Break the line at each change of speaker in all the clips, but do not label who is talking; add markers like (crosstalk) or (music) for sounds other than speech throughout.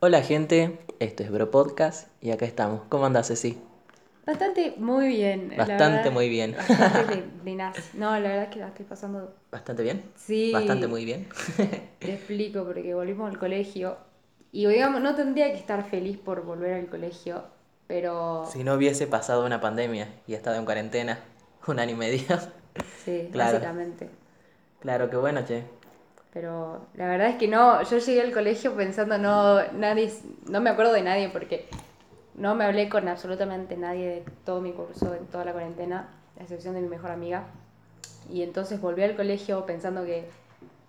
Hola gente, esto es Bro Podcast y acá estamos. ¿Cómo andás, Ceci?
Bastante muy bien. la
Bastante
verdad.
muy bien. (laughs)
Bastante de, de nas. No, la verdad es que la estoy pasando.
¿Bastante bien?
Sí.
Bastante muy bien.
Te explico, porque volvimos al colegio. Y digamos, no tendría que estar feliz por volver al colegio, pero.
si no hubiese pasado una pandemia y estado en cuarentena un año y medio. (laughs)
sí,
Claro.
básicamente.
Claro, que bueno, che.
Pero la verdad es que no, yo llegué al colegio pensando, no, nadie, no me acuerdo de nadie porque no me hablé con absolutamente nadie de todo mi curso, en toda la cuarentena, a excepción de mi mejor amiga. Y entonces volví al colegio pensando que,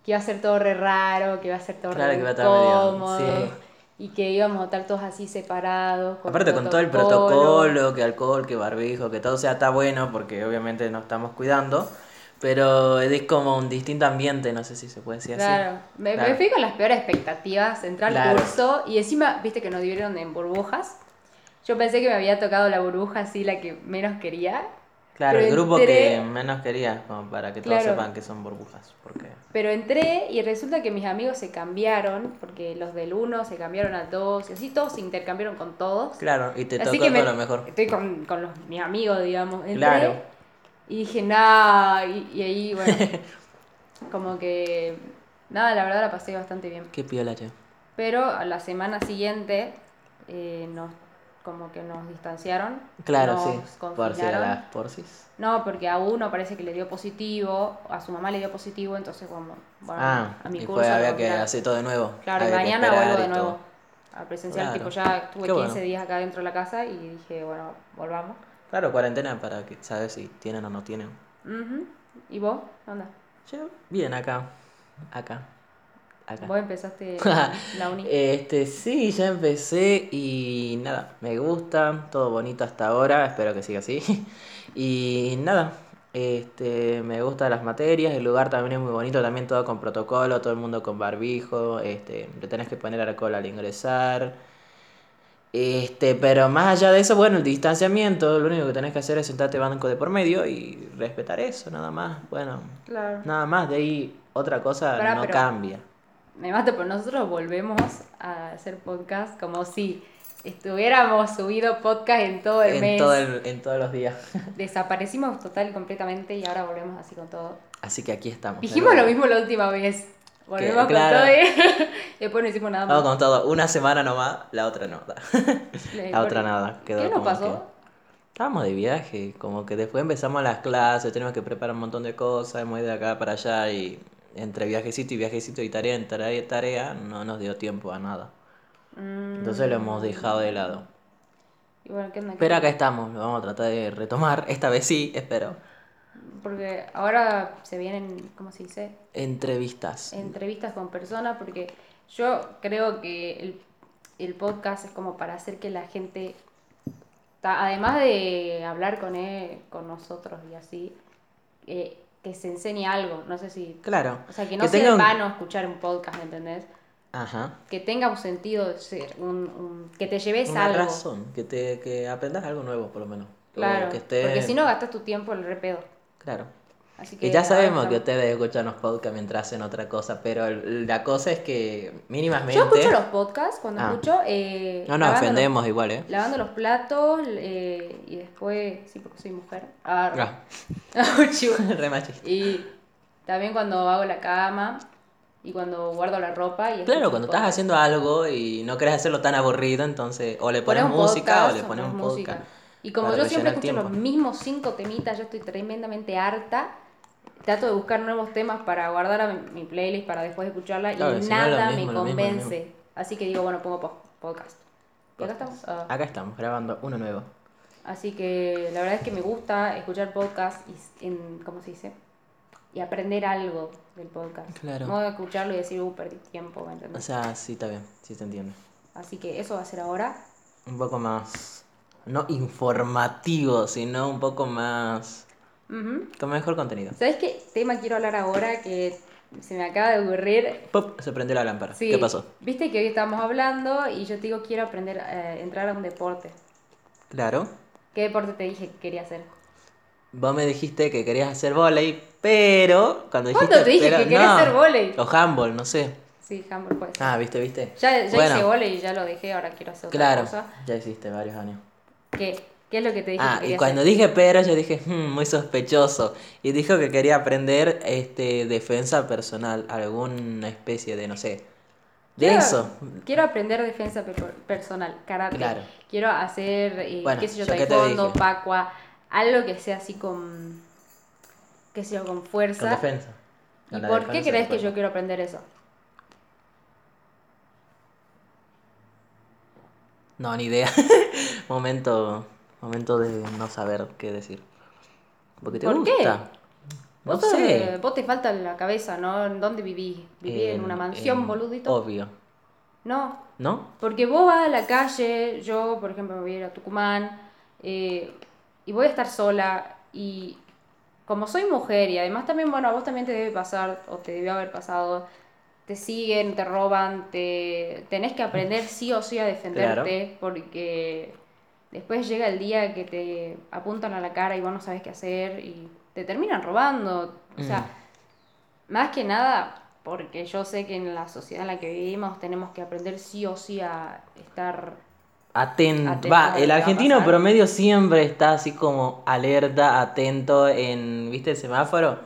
que iba a ser todo re raro, que iba a ser todo
Claro,
re
que iba a estar medio-
incómodo,
sí.
y que íbamos a estar todos así separados.
Aparte con todo el protocolo, que alcohol, que barbijo, que todo, o sea, está bueno porque obviamente nos estamos cuidando, pero es como un distinto ambiente, no sé si se puede decir
Claro,
así.
me, me
Claro.
fui con las peores expectativas, entré al
Claro.
curso y encima, viste que nos dividieron en burbujas. Yo pensé que me había tocado la burbuja así, la que menos quería,
Claro, el
Pero
grupo
entré-
que menos quería, como para que todos
Claro.
sepan que son burbujas, porque...
pero entré y resulta que mis amigos se cambiaron, porque los del 1 se cambiaron al 2, y así todos se intercambiaron con todos.
Claro, y te
así
tocó
que
todo
me-
lo mejor.
Estoy con, con los, mis amigos, digamos. Entré
Claro.
Y dije, nada, y, y ahí,
(laughs)
bueno, como que, nada, la verdad la pasé bastante bien.
Qué piola, che.
Pero a la semana siguiente eh, nos como que nos distanciaron.
Claro,
nos
sí. Por si
confinaron.
las porcis.
No, porque a uno parece que le dio positivo, a su mamá le dio positivo, entonces como bueno,
Ah,
a mi
y
curso.
fue, había
no,
que
claro.
hacer todo de nuevo.
Claro,
Había que
mañana
esperar
vuelvo de
y
nuevo
todo.
a presencial,
Claro.
tipo ya tuve
Qué
15
bueno.
días acá dentro de la casa y dije, bueno, volvamos.
Claro, cuarentena para que sabes si tienen o no tienen.
Ujú. ¿Y vos? ¿Qué onda?
Yo, bien, acá. Acá. Acá. (laughs)
Vos empezaste la uni.
Este, sí, ya empecé y nada, me gusta, todo bonito hasta ahora, espero que siga así. (laughs) Y nada, este, me gustan las materias, el lugar también es muy bonito, también todo con protocolo, todo el mundo con barbijo, este, te tenés que poner alcohol al ingresar. Este, pero más allá de eso, bueno, el distanciamiento, lo único que tenés que hacer es sentarte banco de por medio y respetar eso, nada más. Bueno,
Claro.
nada más, de ahí otra cosa
Pará,
no
pero-
cambia.
Me mato, pero nosotros volvemos a hacer podcast como si estuviéramos subido podcast en todo el
en,
mes.
todo el- en todos los días.
Desaparecimos total y completamente y ahora volvemos así con todo.
Así que aquí estamos. ¿eh? de
Dijimos
nuevo.
lo mismo la última vez. Volvemos
claro.
con todo y (laughs) después no hicimos nada más.
Vamos con todo. Una semana nomás, la otra no.
Le-
la otra
porque-
nada. Quedó
¿Qué nos
como
pasó?
que- (laughs) Estábamos de viaje, como que después empezamos las clases, tenemos que preparar un montón de cosas, hemos ido de acá para allá y entre viajecito y viajecito y tarea en tarea y tarea no nos dio tiempo a nada.
Mm,
Entonces lo hemos dejado de lado.
y bueno, ¿qué onda?
Pero acá estamos, lo vamos a tratar de retomar, esta vez sí, espero.
Porque ahora se vienen, ¿cómo se dice?
Entrevistas.
entrevistas con personas, porque yo creo que el, el podcast es como para hacer que la gente, ta- además de hablar con él, con nosotros y así, eh, que se enseñe algo, no sé si...
Claro.
O sea, que no
Que
sea
tenga
en
un-
vano escuchar un podcast, ¿entendés?
Ajá.
Que tenga un sentido, de ser, un, un- que te lleves
una
algo.
razón, que te que aprendas algo nuevo por lo menos. O
Claro,
que estés-
porque si no gastas tu tiempo en el repedo.
Claro.
Así que
Que ya sabemos
ahora
que
estamos-
ustedes escuchan los podcasts mientras hacen otra cosa, pero el- la cosa es que mínimamente...
Yo escucho los podcasts cuando
Ah.
escucho. eh,
No nos
lavando los-
ofendemos igual, ¿eh?
Lavando los platos eh, y después, sí, porque soy mujer. Ah, (laughs)
Ah,
Auchu.
(laughs) re machista.
y también cuando hago la cama y cuando guardo la ropa. Y escucho
Claro, cuando
un
estás
podcast.
haciendo algo y no querés hacerlo tan aburrido, entonces o le pones
Pones un
música o
podcast,
le pones un
música.
podcast.
Y como
para
yo siempre
rellenar
escucho los
tiempo.
mismos cinco temitas, yo estoy tremendamente harta. Trato de buscar nuevos temas para guardar a mi, mi playlist para después escucharla
Claro,
y
si no, lo mismo,
nada me
lo mismo, lo mismo.
convence. Así que digo, bueno, pongo po- podcast. Y acá estamos. Ah.
Acá estamos, grabando uno nuevo.
Así que la verdad es que me gusta escuchar podcast y, s- en, ¿cómo se dice? Y aprender algo del podcast.
Claro.
No escucharlo y decir, uh, perdí tiempo,
O
¿me entendés?
sea, sí, está bien, sí te entiendo.
Así que eso va a ser ahora.
Un poco más, no informativo, sino un poco más...
Ujú.
Con mejor contenido.
¿Sabes qué tema quiero hablar ahora que se me acaba de ocurrir?
Pop, se prendió la lámpara.
Sí.
¿Qué pasó?
Viste que hoy estábamos hablando y yo te digo, quiero aprender a entrar a un deporte.
Claro.
¿Qué deporte te dije que quería hacer?
Vos me dijiste que querías hacer volei, pero cuando dijiste
¿Cuándo te dije
pero-
que querías hacer vóley?
O handball, no sé.
Sí, Hamburg puede ser.
Ah, viste, viste.
ya ya
Bueno.
hice volei y ya lo dejé, ahora quiero hacer otra
Claro,
cosa.
ya hiciste varios años.
¿Qué? ¿Qué es lo que te dije
Ah,
que
y
quería
cuando
hacer?
dije pero, yo dije, "Hmm, muy sospechoso. Y dijo que quería aprender este defensa personal, alguna especie de, no sé, de
Claro.
eso.
Quiero aprender defensa pe- personal, karate.
Claro.
Quiero hacer, eh,
Bueno,
qué sé yo,
ya que te
taekwondo,
dije.
pacua, algo que sea así con, qué sé yo, con
Con
fuerza.
defensa. Con
¿Y
la
por qué
defensa
crees que
del
yo
cuerpo.
quiero aprender eso?
No, ni idea. (laughs) momento, momento de no saber qué decir. Porque te
¿Por qué?
gusta. No
vos, sos-
sé.
vos te falta la cabeza, ¿no? ¿En dónde vivís? ¿Vivís en, una mansión,
en-
boludito?
Obvio.
No,
¿No?
porque vos vas a la calle, yo, por ejemplo, me voy a ir a Tucumán, eh, y voy a estar sola, y como soy mujer, y además también, bueno, a vos también te debe pasar, o te debió haber pasado, te siguen, te roban, te tenés que aprender sí o sí a defenderte, porque después llega el día que te apuntan a la cara y vos no sabes qué hacer, y te terminan robando, o sea...
Mm.
Más que nada, porque yo sé que en la sociedad en la que vivimos tenemos que aprender sí o sí a estar.
Aten-
Atento a lo
va,
que
el
va a
argentino
pasar.
promedio siempre está así como alerta, atento en, ¿viste el semáforo?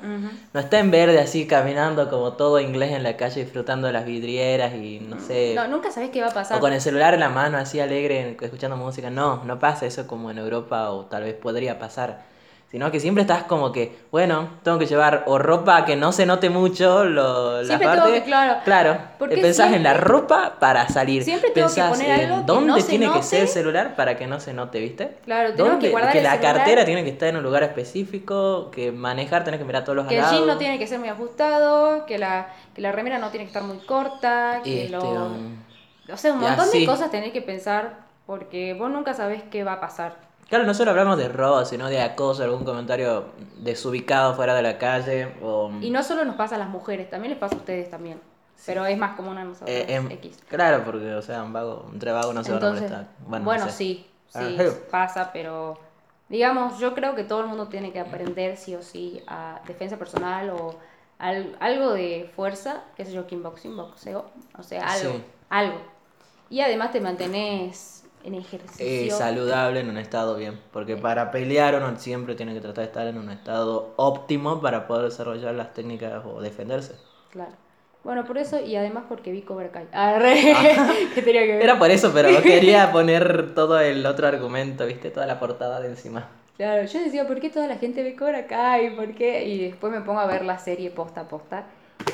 No está en verde así caminando como todo inglés en la calle disfrutando de las vidrieras y no sé.
No, nunca sabés qué va a pasar.
o con el celular en la mano así alegre escuchando música. No, no pasa eso como en Europa o tal vez podría pasar. Sino que siempre estás como que, bueno, tengo que llevar o ropa que no se note mucho lo, la
Siempre tengo
parte-
que- claro.
Claro.
Porque
pensás en la
siempre-
ropa para salir.
Siempre tengo que
Pensás
poner
en
algo que
dónde
no se
tiene que
note.
ser el celular para que no se note, ¿viste?
Claro, tenemos
¿Dónde-
que guardar el
la
celular.
cartera tiene que estar en un lugar específico, que manejar tenés que mirar todos los
Que el
lados.
jean no tiene que ser muy ajustado, que la, que la remera no tiene que estar muy corta, que
Este,
lo.
um,
O sea, un
y
montón
así.
de cosas tenés que pensar porque vos nunca sabés qué va a pasar.
Claro, no solo hablamos de robo, sino de acoso, algún comentario desubicado fuera de la calle. O,
Y no solo nos pasa a las mujeres, también les pasa a ustedes también. Pero es más común a nosotros.
Eh, em,
X.
Claro, porque, o sea, un vago, un vago no se
Entonces,
va a molestar. no
bueno,
sé. Ah,
sí, sí,
Ajá.
pasa, pero digamos, yo creo que todo el mundo tiene que aprender sí o sí a defensa personal o al- algo de fuerza, qué sé yo, kickboxing, boxeo, o sea, algo,
Sí.
algo. Y además te mantenés en
Eh,
ejercicio.
saludable en un estado bien, porque para pelear uno siempre tiene que tratar de estar en un estado óptimo para poder desarrollar las técnicas o defenderse.
Claro. Bueno, por eso y además porque vi Cobra Kai. (laughs) Arre, que tenía que ver.
Ah, Era por eso,
(laughs)
pero quería poner todo el otro argumento, viste, toda la portada de encima.
Claro, yo decía, ¿por qué toda la gente ve Cobra Kai? ¿Por qué? Y después me pongo a ver la serie posta a posta.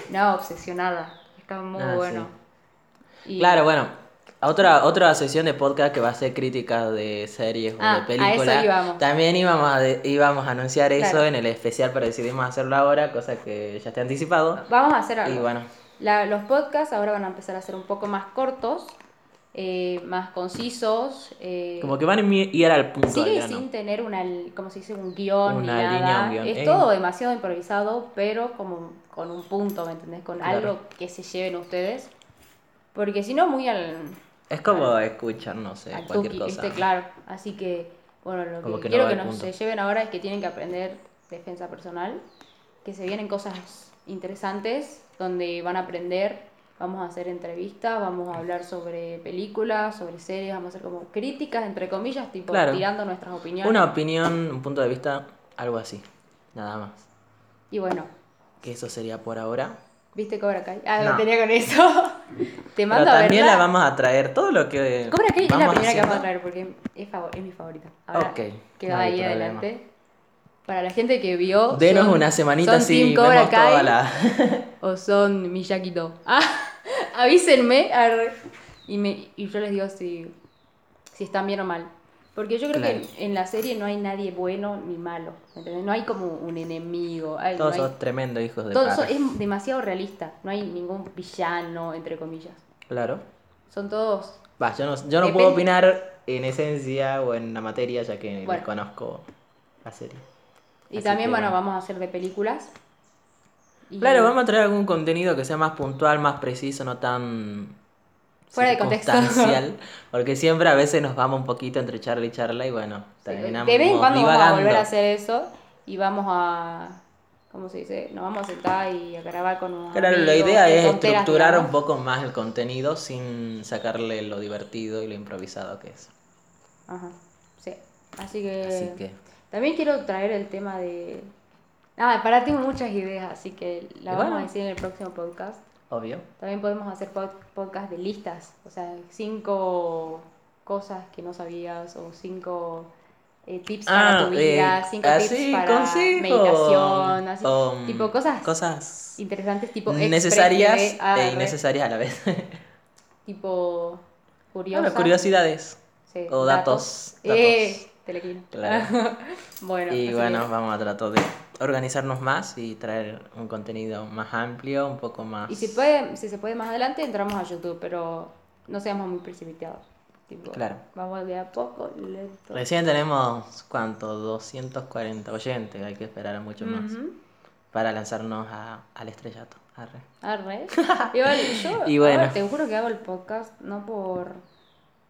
No, obsesionada. Está muy
Ah,
bueno. Y-
Claro, bueno, otra, otra sesión de podcast que va a ser crítica de series
Ah,
o de
a
películas.
eso íbamos.
También íbamos a, de- íbamos a anunciar eso
Claro.
en el especial, pero decidimos hacerlo ahora, cosa que ya está anticipado.
Vamos a hacer algo.
Y bueno,
La- los podcasts ahora van a empezar a ser un poco más cortos, eh, más concisos. eh,
como que van a ir al punto.
sigue
al grano.
sin tener una, li- como se dice, un guión ni
Una línea,
nada.
un guión.
Es
Eh.
todo demasiado improvisado, pero como con un punto, ¿me entendés? Con
Claro.
algo que se lleven ustedes. Porque si no, muy al,
Es como escuchar, no sé,
al
cualquier
tuki,
cosa.
¿viste? Claro. Así que, bueno, lo
Como
que,
que no
quiero
va
que
al
nos
punto.
se lleven ahora es que tienen que aprender defensa personal, que se vienen cosas interesantes donde van a aprender, vamos a hacer entrevistas, vamos a hablar sobre películas, sobre series, vamos a hacer como críticas, entre comillas, tipo
Claro.
tirando nuestras opiniones.
Una opinión, un punto de vista, algo así. Nada más.
Y bueno,
Que eso sería por ahora.
¿viste Cobra Kai? Ah,
No.
lo tenía con eso. (laughs) Te
Pero
mando a
también la
verla.
vamos a traer todo lo que.
Cobra Kai es la
vamos
primera que
haciendo.
vamos a traer porque es, favor- es mi favorita. Ahora
Ok,
queda
no hay
ahí
problema.
adelante. Para la gente que vio.
Denos
son-
una semanita
son
así
Team Cobra
vemos toda
Kai
la.
(laughs) O son Miyagi Do. Ah, (laughs) avísenme arre, y, me, y yo les digo si, si están bien o mal. Porque yo creo
Claro.
que en, en la serie no hay nadie bueno ni malo. ¿entendés? No hay como un enemigo. hay-
Todos
no hay-
son tremendos hijos de perra.
todos son- es demasiado realista. No hay ningún villano, entre comillas.
Claro.
Son todos
Va, yo no, yo no
Depende-
puedo opinar en esencia o en la materia, ya que
Bueno.
conozco la serie.
Y
Así
también,
que,
bueno,
bueno.
vamos a hacer de películas. Y
Claro, vamos a traer algún contenido que sea más puntual, más preciso, no tan
Fuera de contexto. (laughs)
circunstancial, porque siempre a veces nos vamos un poquito entre charla y charla y bueno,
sí,
terminamos
De vez en cuando vamos a
divagando.
volver a hacer eso y vamos a, ¿cómo se dice? Nos vamos a sentar y a grabar con unos
Claro, la
amigos,
idea
de
es
tonteras,
estructurar
digamos.
un poco más el contenido sin sacarle lo divertido y lo improvisado que es.
Ajá, sí. Así que...
Así que,
También quiero traer el tema de... Ah, para tengo muchas ideas, así que la
Y
vamos
bueno.
a decir en el próximo podcast.
obvio.
También podemos hacer pod- podcast de listas, o sea, cinco cosas que no sabías o cinco eh, tips para tu vida,
eh,
cinco
así,
tips para
consejos,
meditación, así,
um,
tipo cosas,
Cosas
interesantes, tipo express
necesarias
TV, ah,
e
re,
innecesarias a la
(laughs)
vez.
tipo
Bueno,
curiosas,
curiosidades.
sí,
Ah, o datos, datos.
Eh, telequino.
Claro.
(laughs) bueno, así
Y
que-
bueno, vamos a tratar de organizarnos más y traer un contenido más amplio, un poco más...
Y si, puede, si se puede más adelante, entramos a YouTube, pero no seamos muy precipitados. Tipo,
Claro.
Vamos de a poco, lento.
Recién tenemos, ¿cuánto? 240 oyentes, hay que esperar mucho más
Ujú.
para lanzarnos a- al estrellato. Arre. (laughs)
Arre. Igual, yo
Y bueno.
ahora te juro que hago el podcast no por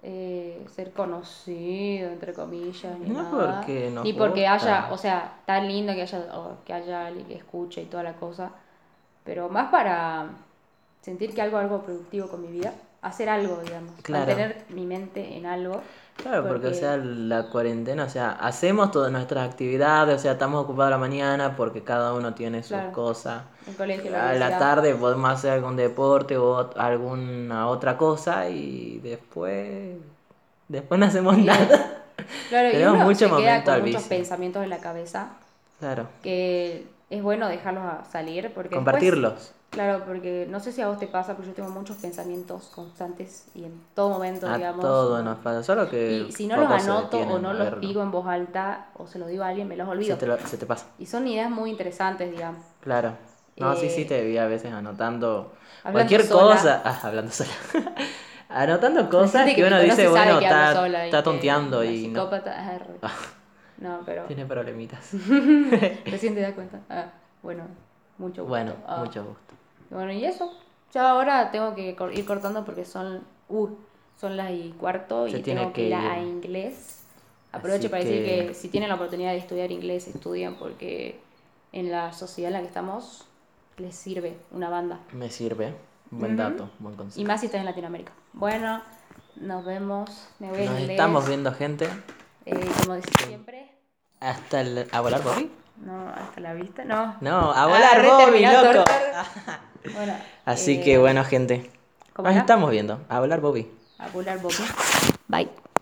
eh, ser conocido, entre comillas, ni
No
nada.
porque nos
ni porque
gusta.
haya, o sea, tan lindo que haya, o que haya alguien que escuche y toda la cosa, pero más para sentir que hago algo productivo con mi vida, hacer algo, digamos,
Claro.
mantener mi mente en algo.
Claro, porque, o
Porque-
sea, la cuarentena, o sea, hacemos todas nuestras actividades, o sea, estamos ocupados la mañana porque cada uno tiene sus
Claro.
cosas.
El colegio, la
A la
universidad.
tarde podemos hacer algún deporte o ot- alguna otra cosa y después después no hacemos
(laughs)
nada.
Claro, y
Tenemos
uno
mucho
se queda
momento
con
al
muchos
vicio.
pensamientos en la cabeza
Claro,
que es bueno dejarlos a salir porque después-
compartirlos.
claro, porque no sé si a vos te pasa, pero yo tengo muchos pensamientos constantes y en todo momento,
A
digamos.
todo nos pasa, solo que
y si no los
pocos se
anoto o
detienen
no
a
los
verlo.
digo en voz alta o se los digo a alguien, me los
se
olvido.
te, lo- se te pasa.
Y son ideas muy interesantes, digamos.
Claro. No, sí, sí
Eh,
te vi a veces anotando
hablando
cualquier
sola.
cosa. Ah, hablando sola. (laughs) anotando cosas
Gente
que,
me
uno
conoce
dice,
sabe
bueno,
que hablo
está,
sola y
está
que
tonteando
una
y no,
psicópata,
(laughs)
arre. No, pero
tiene problemitas.
(laughs) recién te das cuenta. Ah, bueno, mucho gusto.
Bueno,
Ah.
mucho gusto.
Bueno, y eso. Yo ahora tengo que cor- ir cortando porque son, uh, son las y cuarto
Se
y
tiene
tengo que
que
ir
ir.
a inglés. Aprovecho
Así
para
que-
decir que si tienen la oportunidad de estudiar inglés, estudian porque en la sociedad en la que estamos les sirve una banda.
Me sirve. Buen dato, buen consejo.
Y más si estás en Latinoamérica. Bueno, nos vemos. Me voy a
Nos
inglés.
estamos viendo, gente.
Eh, como decía siempre,
Hasta el. ¿A volar, Bobby?
no, hasta la vista, no.
No, a
Ah,
volar,
re
Bobby,
terminado,
loco. (laughs)
Bueno,
Así
eh,
que bueno, gente.
¿cómo
Nos
era?
estamos viendo. A volar, Bobby.
A volar, Bobby. Bye.